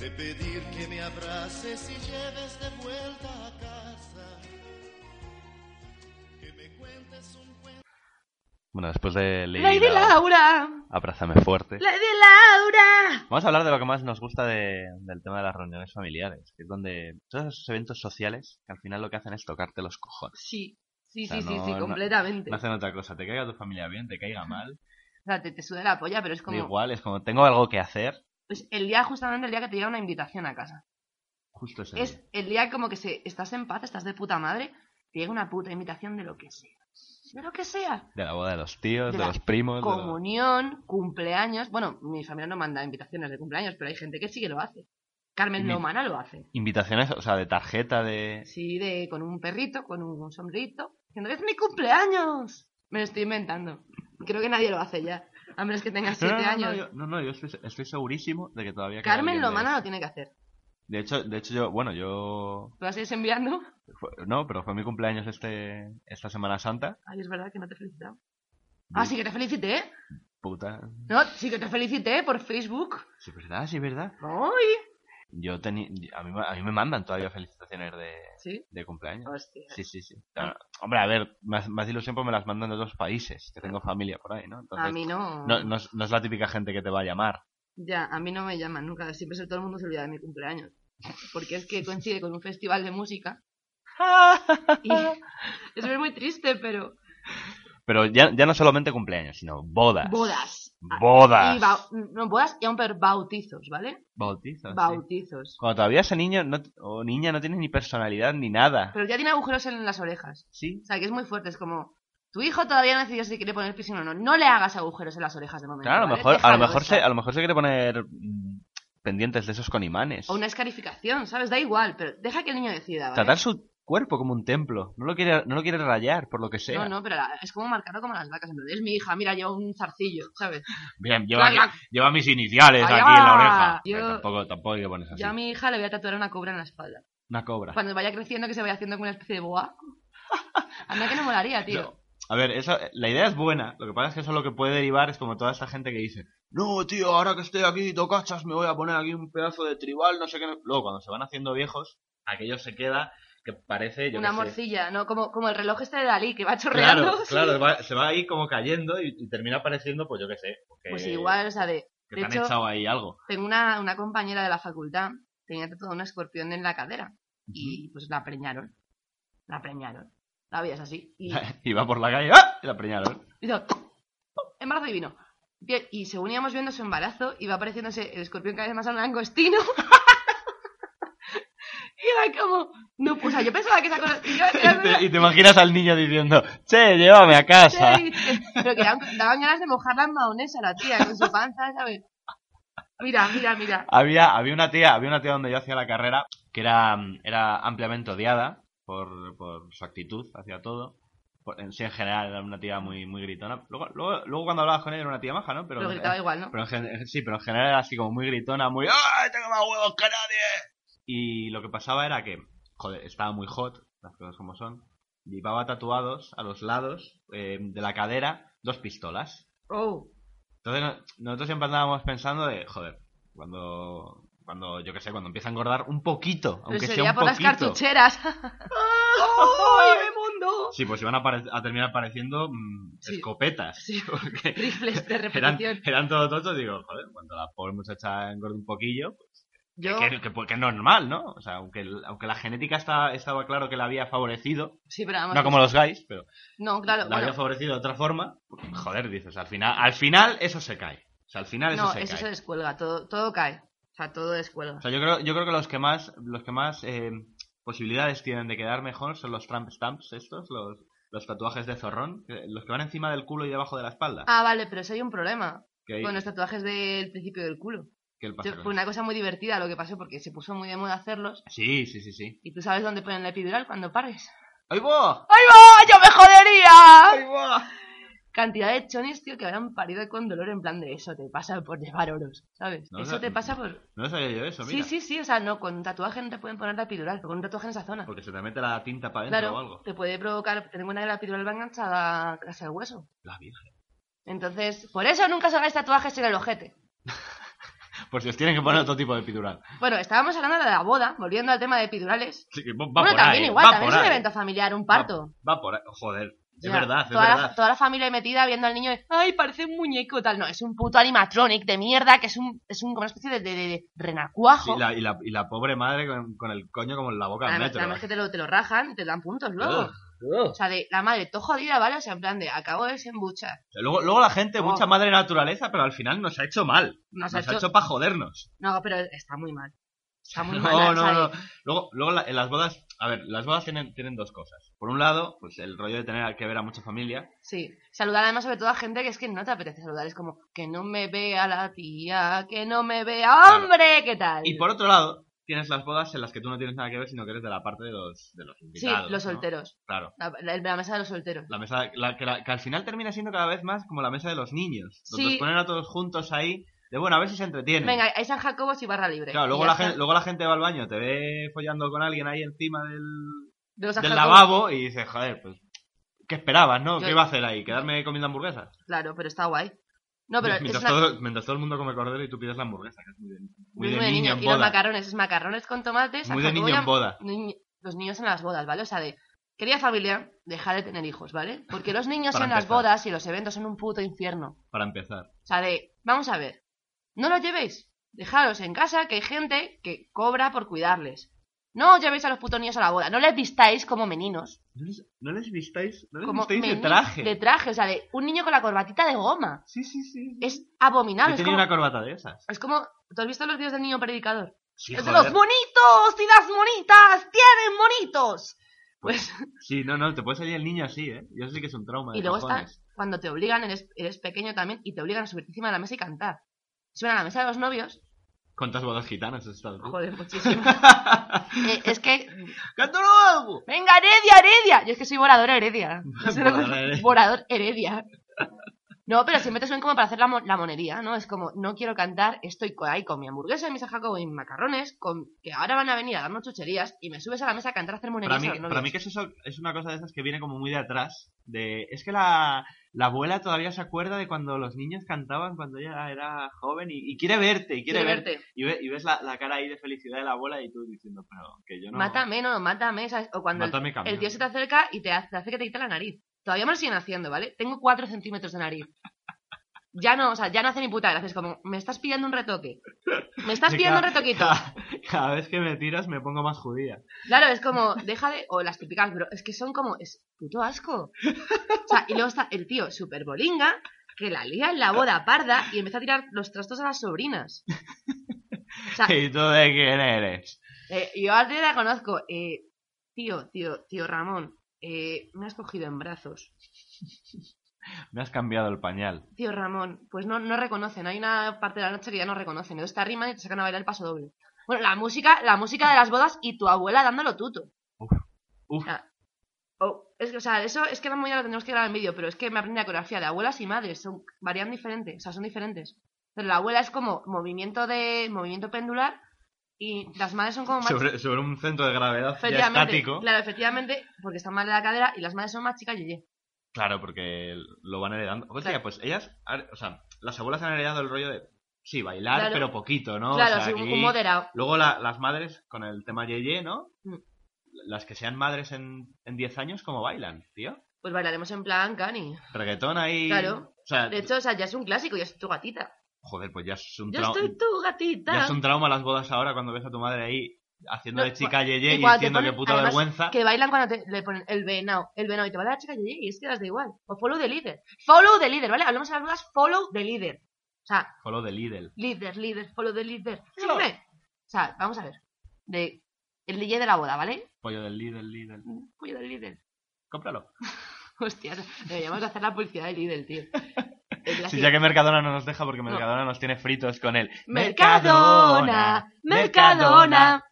S6: De pedir que me abraces y lleves de vuelta a casa. Que me cuentes un cuento.
S1: Bueno, después de Lady,
S2: ¡Lady
S1: Laura,
S2: Laura!
S1: abrázame fuerte.
S2: ¡Lady Laura!
S1: Vamos a hablar de lo que más nos gusta de- del tema de las reuniones familiares, que es donde todos esos eventos sociales que al final lo que hacen es tocarte los cojones.
S2: Sí, sí,
S1: O sea,
S2: sí, sí,
S1: no-
S2: sí,
S1: no-
S2: completamente.
S1: No hacen otra cosa, te caiga tu familia bien, te caiga mal,
S2: O sea, te, te suda la polla, pero es
S1: da
S2: como...
S1: igual, es como tengo algo que hacer,
S2: Pues el día, justamente el día que te llega una invitación a casa.
S1: justo ese día.
S2: Es el día como que se, estás en paz, estás de puta madre, te llega una puta invitación de lo que sea. De lo que sea.
S1: De la boda de los tíos,
S2: de
S1: de,
S2: la
S1: los primos. de los-
S2: comunión, cumpleaños. Bueno, mi familia no manda invitaciones de cumpleaños, pero hay gente que sí que lo hace. Carmen
S1: Y mi-
S2: Lomana lo hace.
S1: Invitaciones, o sea, de tarjeta, de...
S2: Sí, de, con un perrito, con un sombrito, diciendo, ¡es mi cumpleaños! Me lo estoy inventando. Creo que nadie lo hace ya, a menos que tengas
S1: No, no,
S2: siete
S1: no, no,
S2: años.
S1: yo, no, no, yo estoy, estoy segurísimo de que todavía... queda
S2: Carmen
S1: alguien de
S2: Lomana
S1: eso.
S2: lo tiene que hacer.
S1: De hecho, de hecho yo, bueno, yo...
S2: ¿Tú la sigues enviando?
S1: fue- no, pero fue mi cumpleaños este esta Semana Santa.
S2: Ay, es verdad que no te he felicitado. Ah, sí que te felicité.
S1: Puta.
S2: No, sí que te felicité por Facebook.
S1: Sí, es verdad, sí, es verdad.
S2: ¡Ay!
S1: Yo tenía... A mí, me- a mí me mandan todavía felicitaciones de,
S2: Sí.
S1: de cumpleaños.
S2: Hostia.
S1: Sí, sí, sí. Claro, hombre, a ver, más, más ilusión pues me las mandan de otros países, que tengo familia por ahí, ¿no? Entonces,
S2: a mí no.
S1: no, no es, no es la típica gente que te va a llamar.
S2: Ya, a mí no me llaman nunca, siempre se- todo el mundo se olvida de mi cumpleaños. Porque es que coincide con un festival de música. Ah. Y eso es muy triste, pero.
S1: Pero ya, ya no solamente cumpleaños, sino bodas.
S2: Bodas.
S1: Bodas.
S2: Y ba- no, bodas y aún peor, bautizos, ¿vale?
S1: Bautizos. Ah, sí.
S2: Bautizos.
S1: Cuando todavía ese niño no- o niña no tiene ni personalidad ni nada.
S2: Pero ya tiene agujeros en las orejas.
S1: Sí.
S2: O sea, que es muy fuerte, es como. Tu hijo todavía no decidió si quiere poner piscina o no. No le hagas agujeros en las orejas de momento.
S1: Claro, a lo
S2: ¿vale?
S1: mejor, a lo
S2: Déjalo
S1: mejor se,
S2: estar.
S1: a lo mejor se quiere poner mm, pendientes de esos con imanes.
S2: O una escarificación, ¿sabes? Da igual, pero deja que el niño decida. ¿vale?
S1: Tratar su cuerpo como un templo. No lo quiere, no lo quiere rayar, por lo que sea.
S2: No, no, pero la- es como marcarlo como las vacas. en plan, Es mi hija, mira, lleva un zarcillo, ¿sabes?
S1: Bien,
S2: Clac,
S1: lleva, lleva mis iniciales
S2: Allá
S1: aquí en la
S2: va.
S1: oreja.
S2: Yo-
S1: Pero Tampoco, tampoco hay que pones así. Ah.
S2: Yo a mi hija le voy a tatuar una cobra en la espalda.
S1: Una cobra.
S2: Cuando vaya creciendo, que se vaya haciendo como una especie de boa. Anda que no molaría, tío.
S1: No. A ver, eso, la idea es buena. Lo que pasa es que eso lo que puede derivar es como toda esta gente que dice: No, tío, ahora que estoy aquí, tocachas, me voy a poner aquí un pedazo de tribal, no sé qué. no-". Luego, cuando se van haciendo viejos, aquello se queda que parece. Yo
S2: una
S1: qué sé.
S2: morcilla, ¿no? Como, como el reloj este de Dalí que va chorreando.
S1: Claro,
S2: sí.
S1: claro, va- se va ahí como cayendo y, y termina pareciendo, pues yo qué sé. Que,
S2: Pues igual, o sea, de,
S1: Que
S2: de
S1: te han
S2: hecho-
S1: echado ahí algo.
S2: tengo una, una compañera de la facultad, tenía tatuado un escorpión en la cadera. Y pues la preñaron. La preñaron. La veías así. Y
S1: y va por la calle, ¡ah! Y la preñaron.
S2: hizo embarazo divino. Bien, Y según íbamos viendo su embarazo, iba apareciéndose el escorpión cada vez más a un langostino. y era como. No, o sea, yo pensaba que esa cosa. yo- era
S1: Y
S2: una-
S1: te, y te imaginas al niño diciendo: Che, llévame a casa.
S2: Sí, Pero que daban, daban ganas de mojarla en mayonesa a la tía con su panza, ¿sabes? Mira, mira, mira.
S1: había, había una tía, había una tía donde yo hacía la carrera que era, mm, era ampliamente odiada por, por su actitud hacia todo. Por- en sí, en general, era una tía muy, muy gritona. Luego, luego, luego cuando hablabas con ella era una tía maja, ¿no? Pero,
S2: Pero gritaba igual, ¿no?
S1: pero en gen- sí, pero en general era así como muy gritona, muy ¡Ay, tengo más huevos que nadie! Y lo que pasaba era que, joder, estaba muy hot, las cosas como son. Llevaba tatuados a los lados eh, de la cadera dos pistolas.
S2: Oh,
S1: Entonces no- nosotros siempre andábamos pensando de, joder, cuando, cuando yo qué sé, cuando empieza a engordar un poquito,
S2: pero
S1: aunque sea
S2: sería
S1: un
S2: por las
S1: poquito.
S2: cartucheras. ¡Ay, mi mundo!
S1: Sí, pues iban a, apare- a terminar apareciendo mm,
S2: Sí.
S1: escopetas.
S2: Sí.
S1: Porque
S2: Rifles de
S1: eran,
S2: repetición.
S1: eran todos tochos, digo, joder, cuando la pobre muchacha engorde un poquillo, pues
S2: Yo,
S1: que, que- que es normal, ¿no? O sea, aunque, el- aunque la genética está, estaba claro que la había favorecido,
S2: sí, pero vamos.
S1: no como los gays, pero
S2: No, claro.
S1: la había
S2: Bueno,
S1: favorecido de otra forma, pues, joder, dices, al final, al final eso se cae. O sea, al final eso
S2: no,
S1: se
S2: eso
S1: cae.
S2: se descuelga. Todo, todo cae. O sea, todo descuelga.
S1: O sea, yo creo, yo creo que los que más, los que más eh, posibilidades tienen de quedar mejor son los tramp stamps estos, los, los tatuajes de zorrón, que- los que van encima del culo y debajo de la espalda.
S2: Ah, vale, pero eso hay un problema.
S1: que, hay-
S2: Con los tatuajes del principio del culo.
S1: que el
S2: Yo-
S1: paseo-
S2: fue una cosa muy divertida lo que pasó porque se puso muy de moda hacerlos.
S1: Sí, sí, sí, sí.
S2: Y tú sabes dónde ponen la epidural cuando pares.
S1: ¡Ay, va!
S2: ¡Ay, va! ¡Yo me jodería!
S1: ¡Ay, va!
S2: cantidad de chonis, tío, que habrán parido con dolor en plan de eso te pasa por llevar oros, ¿sabes?
S1: No,
S2: eso
S1: o sea,
S2: te pasa por...
S1: No sabía yo eso,
S2: Sí,
S1: mira.
S2: sí, sí, o sea, no, con un tatuaje no te pueden poner la epidural, pero con un tatuaje en esa zona.
S1: Porque se te mete la tinta para adentro o
S2: Claro,
S1: algo.
S2: te puede provocar, ten en cuenta que la epidural va enganchada casi al hueso.
S1: La virgen.
S2: Entonces, por eso nunca os hagáis tatuajes en el ojete.
S1: Por si os tienen que poner otro tipo de epidural.
S2: Bueno, estábamos hablando de la boda, volviendo al tema de epidurales.
S1: Sí, que va va
S2: bueno,
S1: por
S2: también
S1: ahí,
S2: igual,
S1: va
S2: también
S1: por
S2: es un
S1: ahí.
S2: evento familiar, un parto.
S1: Va, va por ahí. Joder, es
S2: Ya,
S1: verdad, es
S2: toda, la-
S1: verdad.
S2: toda la familia ahí metida viendo al niño de, ay, parece un muñeco tal. No, es un puto animatronic de mierda que es un, es un como una especie de, de- de- de
S1: Sí,
S2: renacuajo.
S1: la- y, la, y la pobre madre con, con el coño como en la boca al
S2: Además,
S1: metro.
S2: además que te lo, te lo rajan y te dan puntos luego. O sea, de la madre, todo jodida, ¿vale? O sea, en plan de, acabo de desembuchar.
S1: Luego, luego la gente,
S2: Oh.
S1: mucha madre naturaleza, pero al final nos ha hecho mal.
S2: Nos
S1: Nos,
S2: ha
S1: ha
S2: hecho-
S1: hecho, para jodernos.
S2: No, pero está muy mal. Está muy
S1: No,
S2: mal. o
S1: no,
S2: sea,
S1: no.
S2: de-
S1: Luego, luego la- en las bodas, a ver, las bodas tienen, tienen dos cosas. Por un lado, pues el rollo de tener que ver a mucha familia.
S2: Sí. Saludar además sobre todo a gente que es que no te apetece saludar. Es como, que no me vea la tía, que no me vea.
S1: Claro.
S2: ¡Hombre! ¿Qué tal?
S1: Y por otro lado, tienes las bodas en las que tú no tienes nada que ver, sino que eres de la parte de los, de los
S2: Sí,
S1: invitados.
S2: los
S1: ¿no?
S2: solteros.
S1: Claro.
S2: La, la- la mesa de los solteros.
S1: La mesa, la- que, la- que al final termina siendo cada vez más como la mesa de los niños. Donde
S2: Sí.
S1: los ponen a todos juntos ahí, de bueno, a ver si se entretienen.
S2: Venga, hay San Jacobos y barra libre.
S1: Claro, luego
S2: Y ya
S1: la,
S2: está.
S1: gente, luego la gente va al baño, te ve follando con alguien ahí encima del,
S2: De los San
S1: del
S2: Jacobos.
S1: lavabo y dices, joder, pues, ¿qué esperabas, no?
S2: Yo-
S1: ¿Qué iba a hacer ahí? ¿Quedarme comiendo hamburguesas?
S2: Claro, pero está guay. No, pero es
S1: mientras,
S2: una...
S1: todo, mientras todo el mundo come cordero y tú pides la hamburguesa, que es muy de, muy de niño en
S2: Y los
S1: boda.
S2: macarrones, es macarrones con tomates. San
S1: Muy de
S2: Jacobo
S1: niño
S2: ya-
S1: en boda.
S2: niño- los niños en las bodas, ¿vale? O sea, de... Querida familia, dejar de tener hijos, ¿vale? Porque los niños
S1: Para
S2: en las
S1: empezar.
S2: bodas y los eventos son un puto infierno.
S1: Para empezar.
S2: O sea, de... Vamos a ver. No los llevéis. Dejaros en casa que hay gente que cobra por cuidarles. No os llevéis a los putos niños a la boda. No les vistáis como meninos.
S1: ¿No les, no les vistáis, no les
S2: Como
S1: vistáis de
S2: meni-
S1: traje?
S2: De traje, o sea, de un niño con la corbatita de goma.
S1: Sí, sí, sí.
S2: Es
S1: Yo
S2: abominable. Es
S1: tenía
S2: como,
S1: una corbata de esas.
S2: es como- ¿Tú has visto los vídeos del niño predicador?
S1: Sí,
S2: es de
S1: joder.
S2: los bonitos y las bonitas tienen bonitos. Pues,
S1: Sí, no, no, te puede salir el niño así, ¿eh? Yo sé que es un trauma.
S2: y
S1: de
S2: luego está
S1: cojones.
S2: cuando te obligan, eres, eres pequeño también, y te obligan a subir encima de la mesa y cantar. Suben a la mesa de los novios
S1: ¿Cuántas bodas gitanas has estado? tú?
S2: Joder, muchísimo. Eh, es que.
S1: ¡Cántalo algo!
S2: ¡Venga, Heredia, Heredia! Yo es que soy volador Heredia. No sé lo
S1: Volador Heredia.
S2: que... Volador Heredia. No, pero siempre te suelen como para hacer la, mo- la monería, ¿no? Es como, no quiero cantar, estoy co- ahí con mi hamburguesa, mis ajaco y mis macarrones, con que ahora van a venir a darnos chucherías y me subes a la mesa a cantar a hacer monerías.
S1: Para mí,
S2: a los novios.
S1: para mí que es eso es una cosa de esas que viene como muy de atrás. De, es que la, la abuela todavía se acuerda de cuando los niños cantaban cuando ella era joven y, y quiere verte, y quiere,
S2: Quiero
S1: verte. Y, ve- y ves la, la cara ahí de felicidad de la abuela y tú diciendo, pero que yo no...
S2: Mátame, no, mátame, ¿sabes? O cuando el-
S1: mátame,
S2: el,
S1: camión.
S2: tío se te acerca y te hace, te hace que te quite la nariz. Todavía me lo siguen haciendo, ¿vale? Tengo 4 centímetros de nariz. Ya no, o sea, ya no hace ni puta gracia. Es como, me estás pillando un retoque. Me estás
S1: Sí,
S2: pillando un
S1: claro.
S2: retoquito.
S1: Cada, cada vez que me tiras me pongo más judía.
S2: Claro, es como, deja de. O las típicas, bro. Es que son como, es puto asco. O sea, y luego está el tío super bolinga que la lía en la boda parda y empieza a tirar los trastos a las sobrinas. O sea,
S1: ¿Y tú de quién eres?
S2: Eh, yo a ti la conozco. Eh, tío, tío, tío Ramón, eh, me has cogido en brazos.
S1: Me has cambiado el pañal.
S2: Tío Ramón, pues no, no reconocen. Hay una parte de la noche que ya no reconocen. Entonces te arriman y te sacan a bailar el paso doble. Bueno, la música, la música de las bodas y tu abuela dándolo tuto.
S1: Uf.
S2: Ah. Oh, es que, o sea, eso es que la movida lo tendremos que grabar en vídeo, pero es que me aprendí la coreografía de abuelas y madres, son varían diferentes, o sea, son diferentes. Pero la abuela es como movimiento de movimiento pendular y las madres son como más
S1: Sobre, sobre un centro de gravedad ya
S2: Efectivamente,
S1: estático.
S2: claro, efectivamente, porque están mal de la cadera y las madres son más chicas, yeye.
S1: Claro, porque lo van heredando. Hostia,
S2: Claro.
S1: pues ellas, han- o sea, las abuelas han heredado el rollo de, sí, bailar,
S2: Claro.
S1: pero poquito, ¿no? O
S2: claro,
S1: sea,
S2: sí, un-
S1: aquí-
S2: un moderado.
S1: Luego la- las madres con el tema Yeye, ¿no?
S2: Mm.
S1: Las que sean madres en en 10 años, ¿cómo bailan, tío?
S2: Pues bailaremos en plan cani.
S1: Reggaetón ahí.
S2: Claro.
S1: O sea,
S2: De hecho, o sea, ya es un clásico, ya es tu gatita.
S1: joder, pues ya es un
S2: Yo
S1: trauma.
S2: estoy tu
S1: Ya
S2: gatita.
S1: es un trauma las bodas ahora cuando ves a tu madre ahí haciendo
S2: No,
S1: de chica Yeye
S2: y
S1: y,
S2: cuando te
S1: diciendo
S2: ponen-
S1: que puta
S2: además,
S1: vergüenza.
S2: Que bailan cuando te, le ponen el venao, el venao y te va a la chica yeye y es que das de igual. O follow the leader. Follow the leader, ¿vale? Hablamos en las bodas, follow the leader. O sea,
S1: Follow de Lidl.
S2: líder, líder, follow the leader. Sígueme. O sea, vamos a ver. De, el DJ de la boda, ¿vale?
S1: Pollo del Lidl, Lidl.
S2: Cuida del líder.
S1: Cómpralo.
S2: Hostias, deberíamos de hacer la publicidad del Lidl, tío. Es la
S1: Si ya que Mercadona no nos deja porque
S2: No.
S1: Mercadona nos tiene fritos con él.
S2: Mercadona, Mercadona.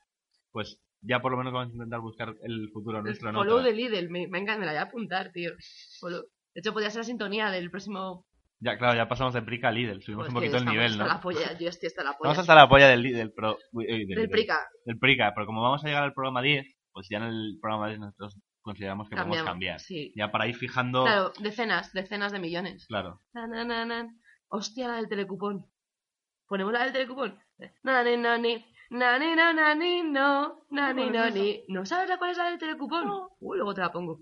S1: Pues ya por lo menos vamos a intentar buscar el futuro nuestro, ¿no?
S2: Follow de Lidl, me, me encanta, me la voy a apuntar, tío. Follow. De hecho, podría ser la sintonía del próximo...
S1: Ya, claro, ya pasamos de Prica a Lidl. Subimos
S2: Pues
S1: un
S2: que
S1: poquito el
S2: estamos
S1: nivel,
S2: hasta
S1: ¿no?
S2: la polla, yo estoy hasta la polla.
S1: Vamos hasta la polla del Lidl, pero... uy, uy, del,
S2: Del
S1: Lidl.
S2: Prica.
S1: Del Prica, pero como vamos a llegar al programa 10, pues ya en el programa 10 nosotros consideramos que podemos
S2: cambiamos,
S1: cambiar.
S2: Sí.
S1: Ya para ir fijando...
S2: Claro, decenas, decenas de millones.
S1: Claro.
S2: Na, na, na, na. Hostia, la del telecupón. ¿Ponemos la del telecupón? Na, ni, na, ni. Na, ni, na, na, ni, no. Na, ni, na, ni. ¿No sabes la- cuál es la del telecupón? Uy, luego te la pongo.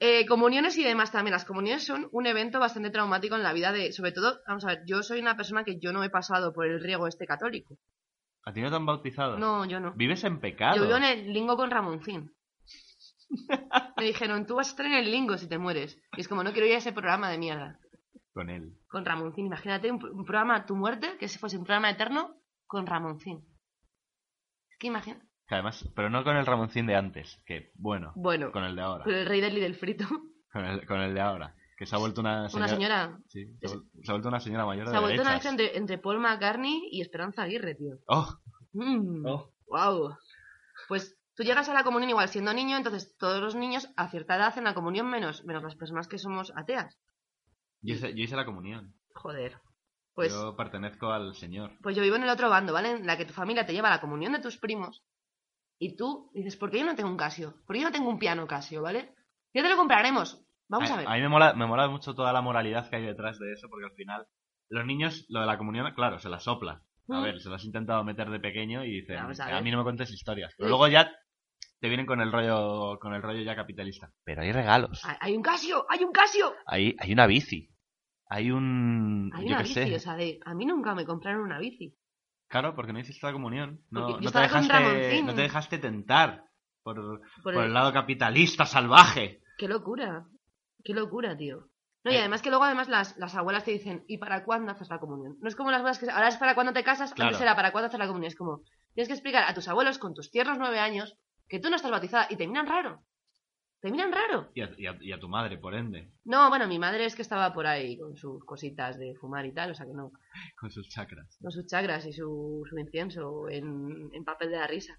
S2: Eh, comuniones y demás también. Las comuniones son un evento bastante traumático en la vida de... Sobre todo, vamos a ver, yo soy una persona que yo no he pasado por el riego este católico.
S1: ¿A ti no te han bautizado?
S2: No, yo no.
S1: Vives en pecado.
S2: Yo vivo en el lingo con Ramoncín. Me dijeron, tú vas a estar en el lingo si te mueres. Y es como, no quiero ir a ese programa de mierda
S1: Con él.
S2: con Ramoncín. Imagínate un, un programa Tu Muerte, que se fuese un programa eterno con Ramoncín. Es que imagina.
S1: Que además, pero no con el Ramoncín de antes, que bueno,
S2: Bueno,
S1: con el de ahora.
S2: pero el rey del Lidl frito.
S1: Con el, con el de ahora. Que se ha vuelto una señora...
S2: Una señora.
S1: Sí, se, ha vuel- se ha vuelto una señora mayor
S2: Se
S1: de
S2: ha vuelto una
S1: derechas.
S2: mezcla entre, entre Paul McCartney y Esperanza Aguirre, tío.
S1: Oh,
S2: Mm,
S1: oh.
S2: Wow. Pues tú llegas a la comunión igual siendo niño, entonces todos los niños a cierta edad hacen la comunión menos, menos las personas que somos ateas.
S1: Yo hice, yo hice la comunión.
S2: Joder. Pues
S1: Yo pertenezco al Señor.
S2: Pues yo vivo en el otro bando, ¿vale? En la que tu familia te lleva a la comunión de tus primos y tú dices, ¿por qué yo no tengo un Casio? ¿Por qué yo no tengo un piano Casio, ¿vale? Ya te lo compraremos. Vamos a ver.
S1: mí me mola, me mola mucho toda la moralidad que hay detrás de eso, porque al final los niños, lo de la comunión, claro, se la sopla. A
S2: Mm.
S1: ver, se lo has intentado meter de pequeño y dicen,
S2: Vamos a
S1: a,
S2: ver". Mm.
S1: mí no me contes historias. Pero
S2: Sí.
S1: luego ya te vienen con el rollo con el rollo ya capitalista. Pero hay regalos.
S2: Hay- Hay un Casio, hay un Casio.
S1: Hay, hay una bici. Hay un...
S2: Hay
S1: yo
S2: una
S1: qué
S2: bici,
S1: sé.
S2: o sea, de, a mí nunca me compraron una bici.
S1: Claro, porque no hiciste la comunión. No,
S2: Porque yo
S1: no te,
S2: estaba con
S1: dejaste,
S2: Ramoncín.
S1: no te dejaste tentar por,
S2: Por
S1: por
S2: el-
S1: el lado capitalista salvaje.
S2: Qué locura, qué locura, tío. No,
S1: Eh.
S2: y además que luego además las, las abuelas te dicen, ¿y para cuándo haces la comunión? No es como las bodas que ahora es para cuándo te casas,
S1: Claro.
S2: antes era para cuándo haces la comunión. Es como, tienes que explicar a tus abuelos con tus tiernos nueve años que tú no estás bautizada y te miran raro. Te miran raro.
S1: Y a, y a- y a tu madre, por ende,
S2: No, bueno, mi madre es que estaba por ahí con sus cositas de fumar y tal, o sea que no.
S1: con sus chakras.
S2: Con sus chakras y su, su incienso en, en papel de la risa.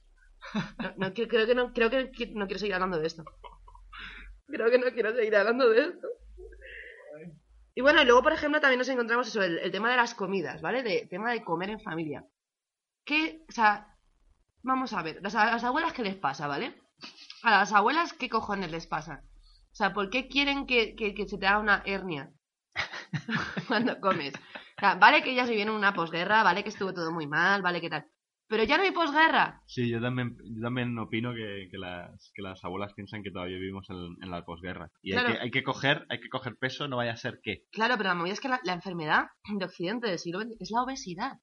S2: No, no, que- creo que no, creo que, que no quiero seguir hablando de esto. Creo que no quiero seguir hablando de esto. Y bueno, y luego, por ejemplo, también nos encontramos eso, el, el tema de las comidas, ¿vale? De tema de comer en familia. Que, o sea, vamos a ver, las- a las abuelas, ¿qué les pasa, ¿vale? A las abuelas, ¿qué cojones les pasa? O sea, ¿por qué quieren que, que- que se te haga una hernia cuando comes? O sea, vale que ellas vivieron una posguerra, vale que estuvo todo muy mal, vale que tal. Pero ya no hay posguerra.
S1: Sí, yo también, yo también opino que, que las, que las abuelas piensan que todavía vivimos en, en la posguerra. Y hay,
S2: Claro.
S1: que, hay que coger, hay que coger peso, no vaya a ser que.
S2: Claro, pero la movida es que la, la enfermedad de Occidente del siglo XX es la obesidad.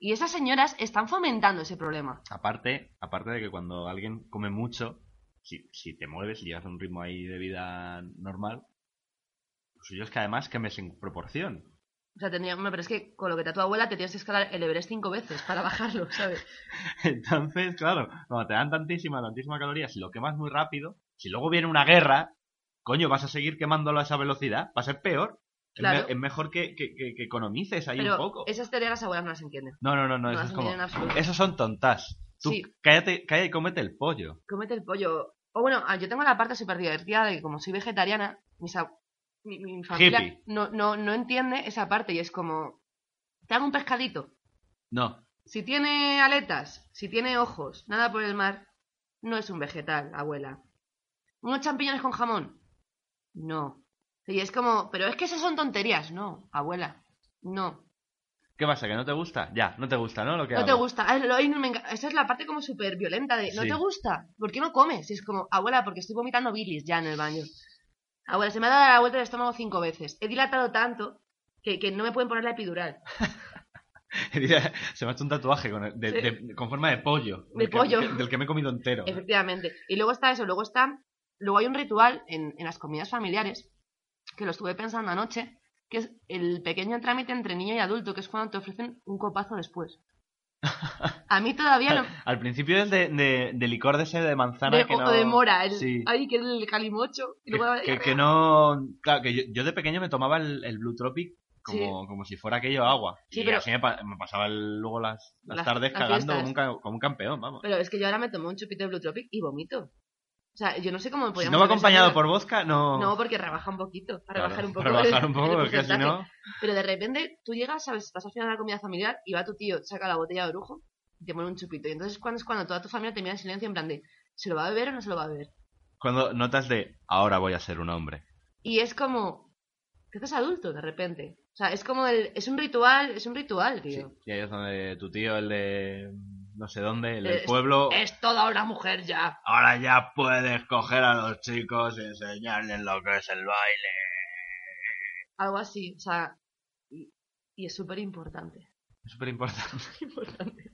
S2: Y esas señoras están fomentando ese problema.
S1: Aparte, aparte de que cuando alguien come mucho, si, si te mueves y llegas a un ritmo ahí de vida normal, lo suyo es que además cambies en proporción.
S2: O sea, tendría, hombre, pero es que con lo que te da tu abuela te tienes que escalar el Everest cinco veces para bajarlo, ¿sabes?
S1: Entonces, claro, cuando te dan tantísima, tantísima caloría, si lo quemas muy rápido, si luego viene una guerra, coño, vas a seguir quemándolo a esa velocidad, va a ser peor. Es me-
S2: Claro.
S1: Es, mejor que, que- que- que economices ahí un
S2: Pero
S1: poco.
S2: esas teorías las abuelas no las entienden.
S1: No, no, no, no,
S2: No
S1: eso
S2: las
S1: es como...
S2: entienden en absoluto.
S1: Esos son tontas. Tú
S2: Sí.
S1: cállate, cállate y cómete el pollo.
S2: Comete el pollo. O bueno, ah, yo tengo la parte súper divertida de que como soy vegetariana, mis ab- mi, mi familia
S1: Hippie.
S2: no, no, no entiende esa parte y es como, te hago un pescadito.
S1: No,
S2: Si tiene aletas, si tiene ojos, nada por el mar, no es un vegetal, abuela. ¿Unos champiñones con jamón? No. Y es como, pero es que esas son tonterías. No, abuela. No.
S1: ¿qué pasa? ¿Que no te gusta? Ya, no te gusta, ¿no? Lo que
S2: No te
S1: hago.
S2: gusta. Ah, lo- ay, no me enca- Esa es la parte como súper violenta de, no
S1: Sí.
S2: te gusta. ¿Por qué no comes? Y es como, abuela, porque estoy vomitando bilis ya en el baño. Abuela, se me ha dado la vuelta del estómago cinco veces. He dilatado tanto que, que no me pueden poner la epidural.
S1: Diría, Se me ha hecho un tatuaje con, el- de-
S2: Sí.
S1: de- con forma de pollo.
S2: De
S1: del que-
S2: pollo.
S1: del que me he comido entero.
S2: Efectivamente. Y luego está eso, luego está, luego hay un ritual en, en las comidas familiares, que lo estuve pensando anoche, que es el pequeño trámite entre niño y adulto, que es cuando te ofrecen un copazo después. A mí todavía no...
S1: Al principio es de, de- de licor de ese de manzana
S2: de-
S1: que
S2: o,
S1: no...
S2: o de mora, el,
S1: Sí.
S2: ay, que el calimocho. y
S1: Que,
S2: luego-
S1: que- que no... Claro, que yo, yo de pequeño me tomaba el, el Blue Tropic como, como si fuera aquello agua.
S2: Sí,
S1: y
S2: pero-
S1: así me, pa- me pasaba el- luego las, las
S2: Las-
S1: tardes
S2: las
S1: cagando como un,
S2: fiestas.
S1: ca- como un campeón, vamos.
S2: Pero es que yo ahora me tomo un chupito de Blue Tropic y vomito. O sea, yo no sé cómo me
S1: Si
S2: podíamos
S1: no va
S2: hacer esa
S1: acompañado
S2: mierda.
S1: por vodka, no...
S2: No, porque rebaja un poquito, para
S1: Claro,
S2: rebajar un poco.
S1: Para
S2: el-
S1: bajar un
S2: el
S1: poco, porque si
S2: porcentaje.
S1: no...
S2: Pero de repente tú llegas, ¿sabes? Estás al final de la comida familiar y va tu tío, saca la botella de orujo y te pone un chupito. Y entonces cuando es cuando toda tu familia te mira en silencio en plan de, ¿se lo va a beber o no se lo va a beber?
S1: Cuando notas de, ahora voy a ser un hombre.
S2: Y es como, te haces adulto de repente. O sea, es como el, es un ritual, es un ritual, tío.
S1: Y ahí es donde tu tío, el de no sé dónde, el del
S2: Es-
S1: pueblo,
S2: Es toda una mujer ya.
S1: ahora ya puedes coger a los chicos y enseñarles lo que es el baile.
S2: Algo así, o sea, y, y es súper importante.
S1: Es súper importante.
S2: Importante.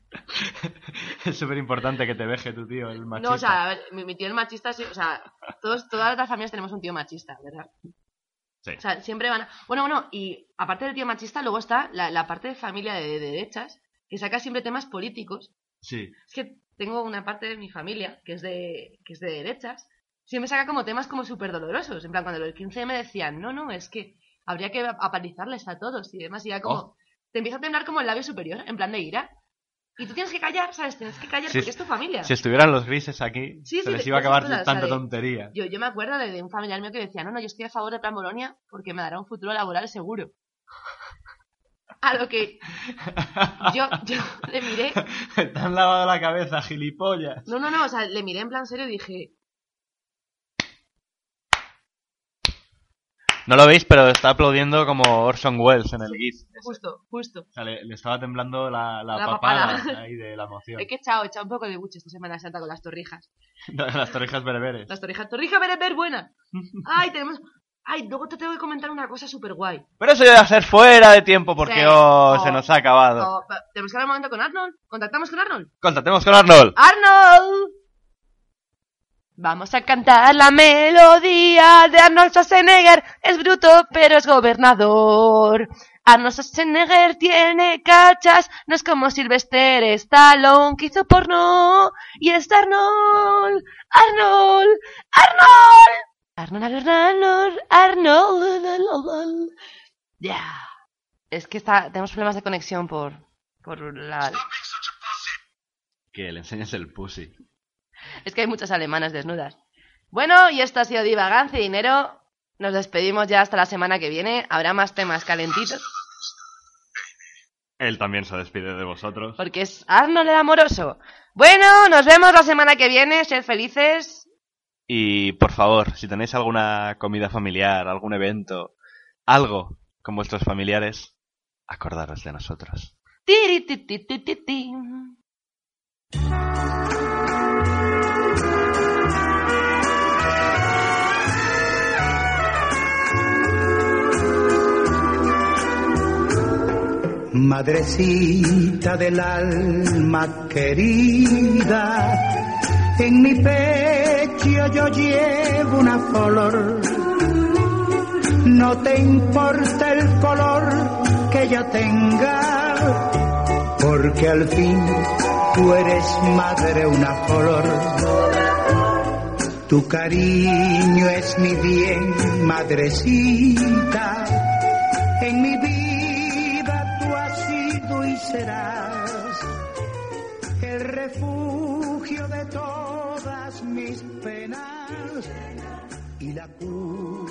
S1: es súper importante que te veje tu tío, el machista.
S2: No, o sea, a ver, mi, mi tío el machista, sí, o sea, todos, todas las familias tenemos un tío machista, ¿verdad?
S1: Sí.
S2: O sea, siempre van. a- Bueno, bueno, y aparte del tío machista, luego está la, la parte de familia de, de derechas, que saca siempre temas políticos.
S1: Sí,
S2: Es que tengo una parte de mi familia que es de, que es de derechas, siempre saca como temas como súper dolorosos. En plan, cuando el 15 me decían, no, no, es que habría que apalizarles a todos y demás, y ya como.
S1: Oh.
S2: Te empieza a temblar como el labio superior, en plan de ira. Y tú tienes que callar, ¿sabes? Tienes que callar
S1: Sí,
S2: porque es tu familia.
S1: si estuvieran los grises aquí,
S2: Sí,
S1: se
S2: sí,
S1: les
S2: de-
S1: iba a
S2: de
S1: acabar
S2: esas cosas,
S1: tanta
S2: ¿sabes?
S1: tontería.
S2: Yo, yo me acuerdo de, de un familiar mío que decía, no, no, yo estoy a favor de Plan Bolonia porque me dará un futuro laboral seguro. A lo que yo, yo le miré,
S1: Te han lavado la cabeza, gilipollas.
S2: no, no, no, o sea, le miré en plan serio y dije,
S1: No lo veis, pero está aplaudiendo como Orson Welles en el GIF.
S2: justo, justo,
S1: O sea, le, le estaba temblando la, la
S2: La
S1: papada,
S2: papada.
S1: ahí de la emoción.
S2: he que echado, he echado un poco de buche esta Semana Santa con las torrijas.
S1: Las orejas bereberes.
S2: Las torrijas, torrija ver, ver, buena. Ay, tenemos... Ay, luego te tengo que comentar una cosa súper guay.
S1: Pero eso debe ser fuera de tiempo porque
S2: Sí.
S1: oh,
S2: Oh.
S1: se nos ha acabado.
S2: ¿Tenemos que hablar un momento con Arnold? ¿Contactamos con Arnold?
S1: Contactemos con Arnold.
S2: ¡Arnold! Vamos a cantar la melodía de Arnold Schwarzenegger. Es bruto, pero es gobernador. Arnold Schwarzenegger tiene cachas, no es como Sylvester Stallone que hizo porno. Y es Arnold, Arnold, Arnold. Arnold, Arnold, Arnold, Arnold, Arnold. Ya. Es que está, tenemos problemas de conexión por, por la...
S1: Que le enseñes el pussy.
S2: Es que hay muchas alemanas desnudas. Bueno, y esto ha sido Divagancia y Dinero. Nos despedimos ya hasta la semana que viene. Habrá más temas calentitos.
S1: Él también se despide de vosotros.
S2: Porque es Arnold el amoroso. Bueno, nos vemos la semana que viene. Sed felices.
S1: Y por favor, si tenéis alguna comida familiar, algún evento, algo con vuestros familiares, acordaros de nosotros.
S2: Tiri, ti, ti, ti, ti, tin.
S7: Madrecita del alma querida, en mi pecho yo llevo una flor. No te importa el color que ella tenga, porque al fin tú eres madre una flor. Tu cariño es mi bien, madrecita. En mi vida tú has sido y serás el refugio de todas mis penas y la cura.